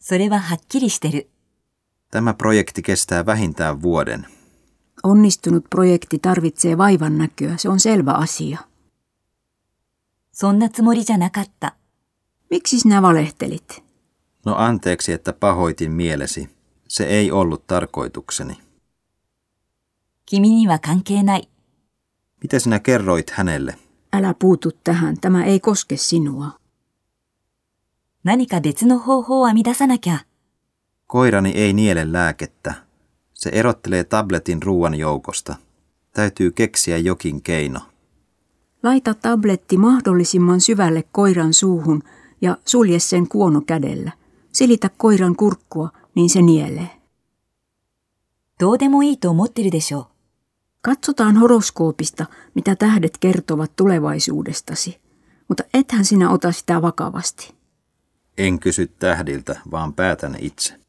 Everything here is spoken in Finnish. それははっきりしてる。 Tämä projekti kestää vähintään vuoden. Onnistunut projekti tarvitsee vaivan näkyä, se on selvä asia. そんなつもりじゃなかった。 Miksi sinä valehtelit? No anteeksi, että pahoitin mielesi. Se ei ollut tarkoitukseni. 君には関係ない。 Mitä sinä kerroit hänelle? Älä puutu tähän, tämä ei koske sinua. 何か別の方法を編み出さなきゃ。 Koirani ei niele lääkettä. Se erottelee tabletin ruuan joukosta. Täytyy keksiä jokin keino. Laita tabletti mahdollisimman syvälle koiran suuhun ja sulje sen kuono kädellä. Silitä koiran kurkkua, niin se nielee. どうでもいいと思ってるでしょう。 Katsotaan horoskoopista, mitä tähdet kertovat tulevaisuudestasi. Mutta ethän sinä ota sitä vakavasti. En kysy tähdiltä, vaan päätän itse.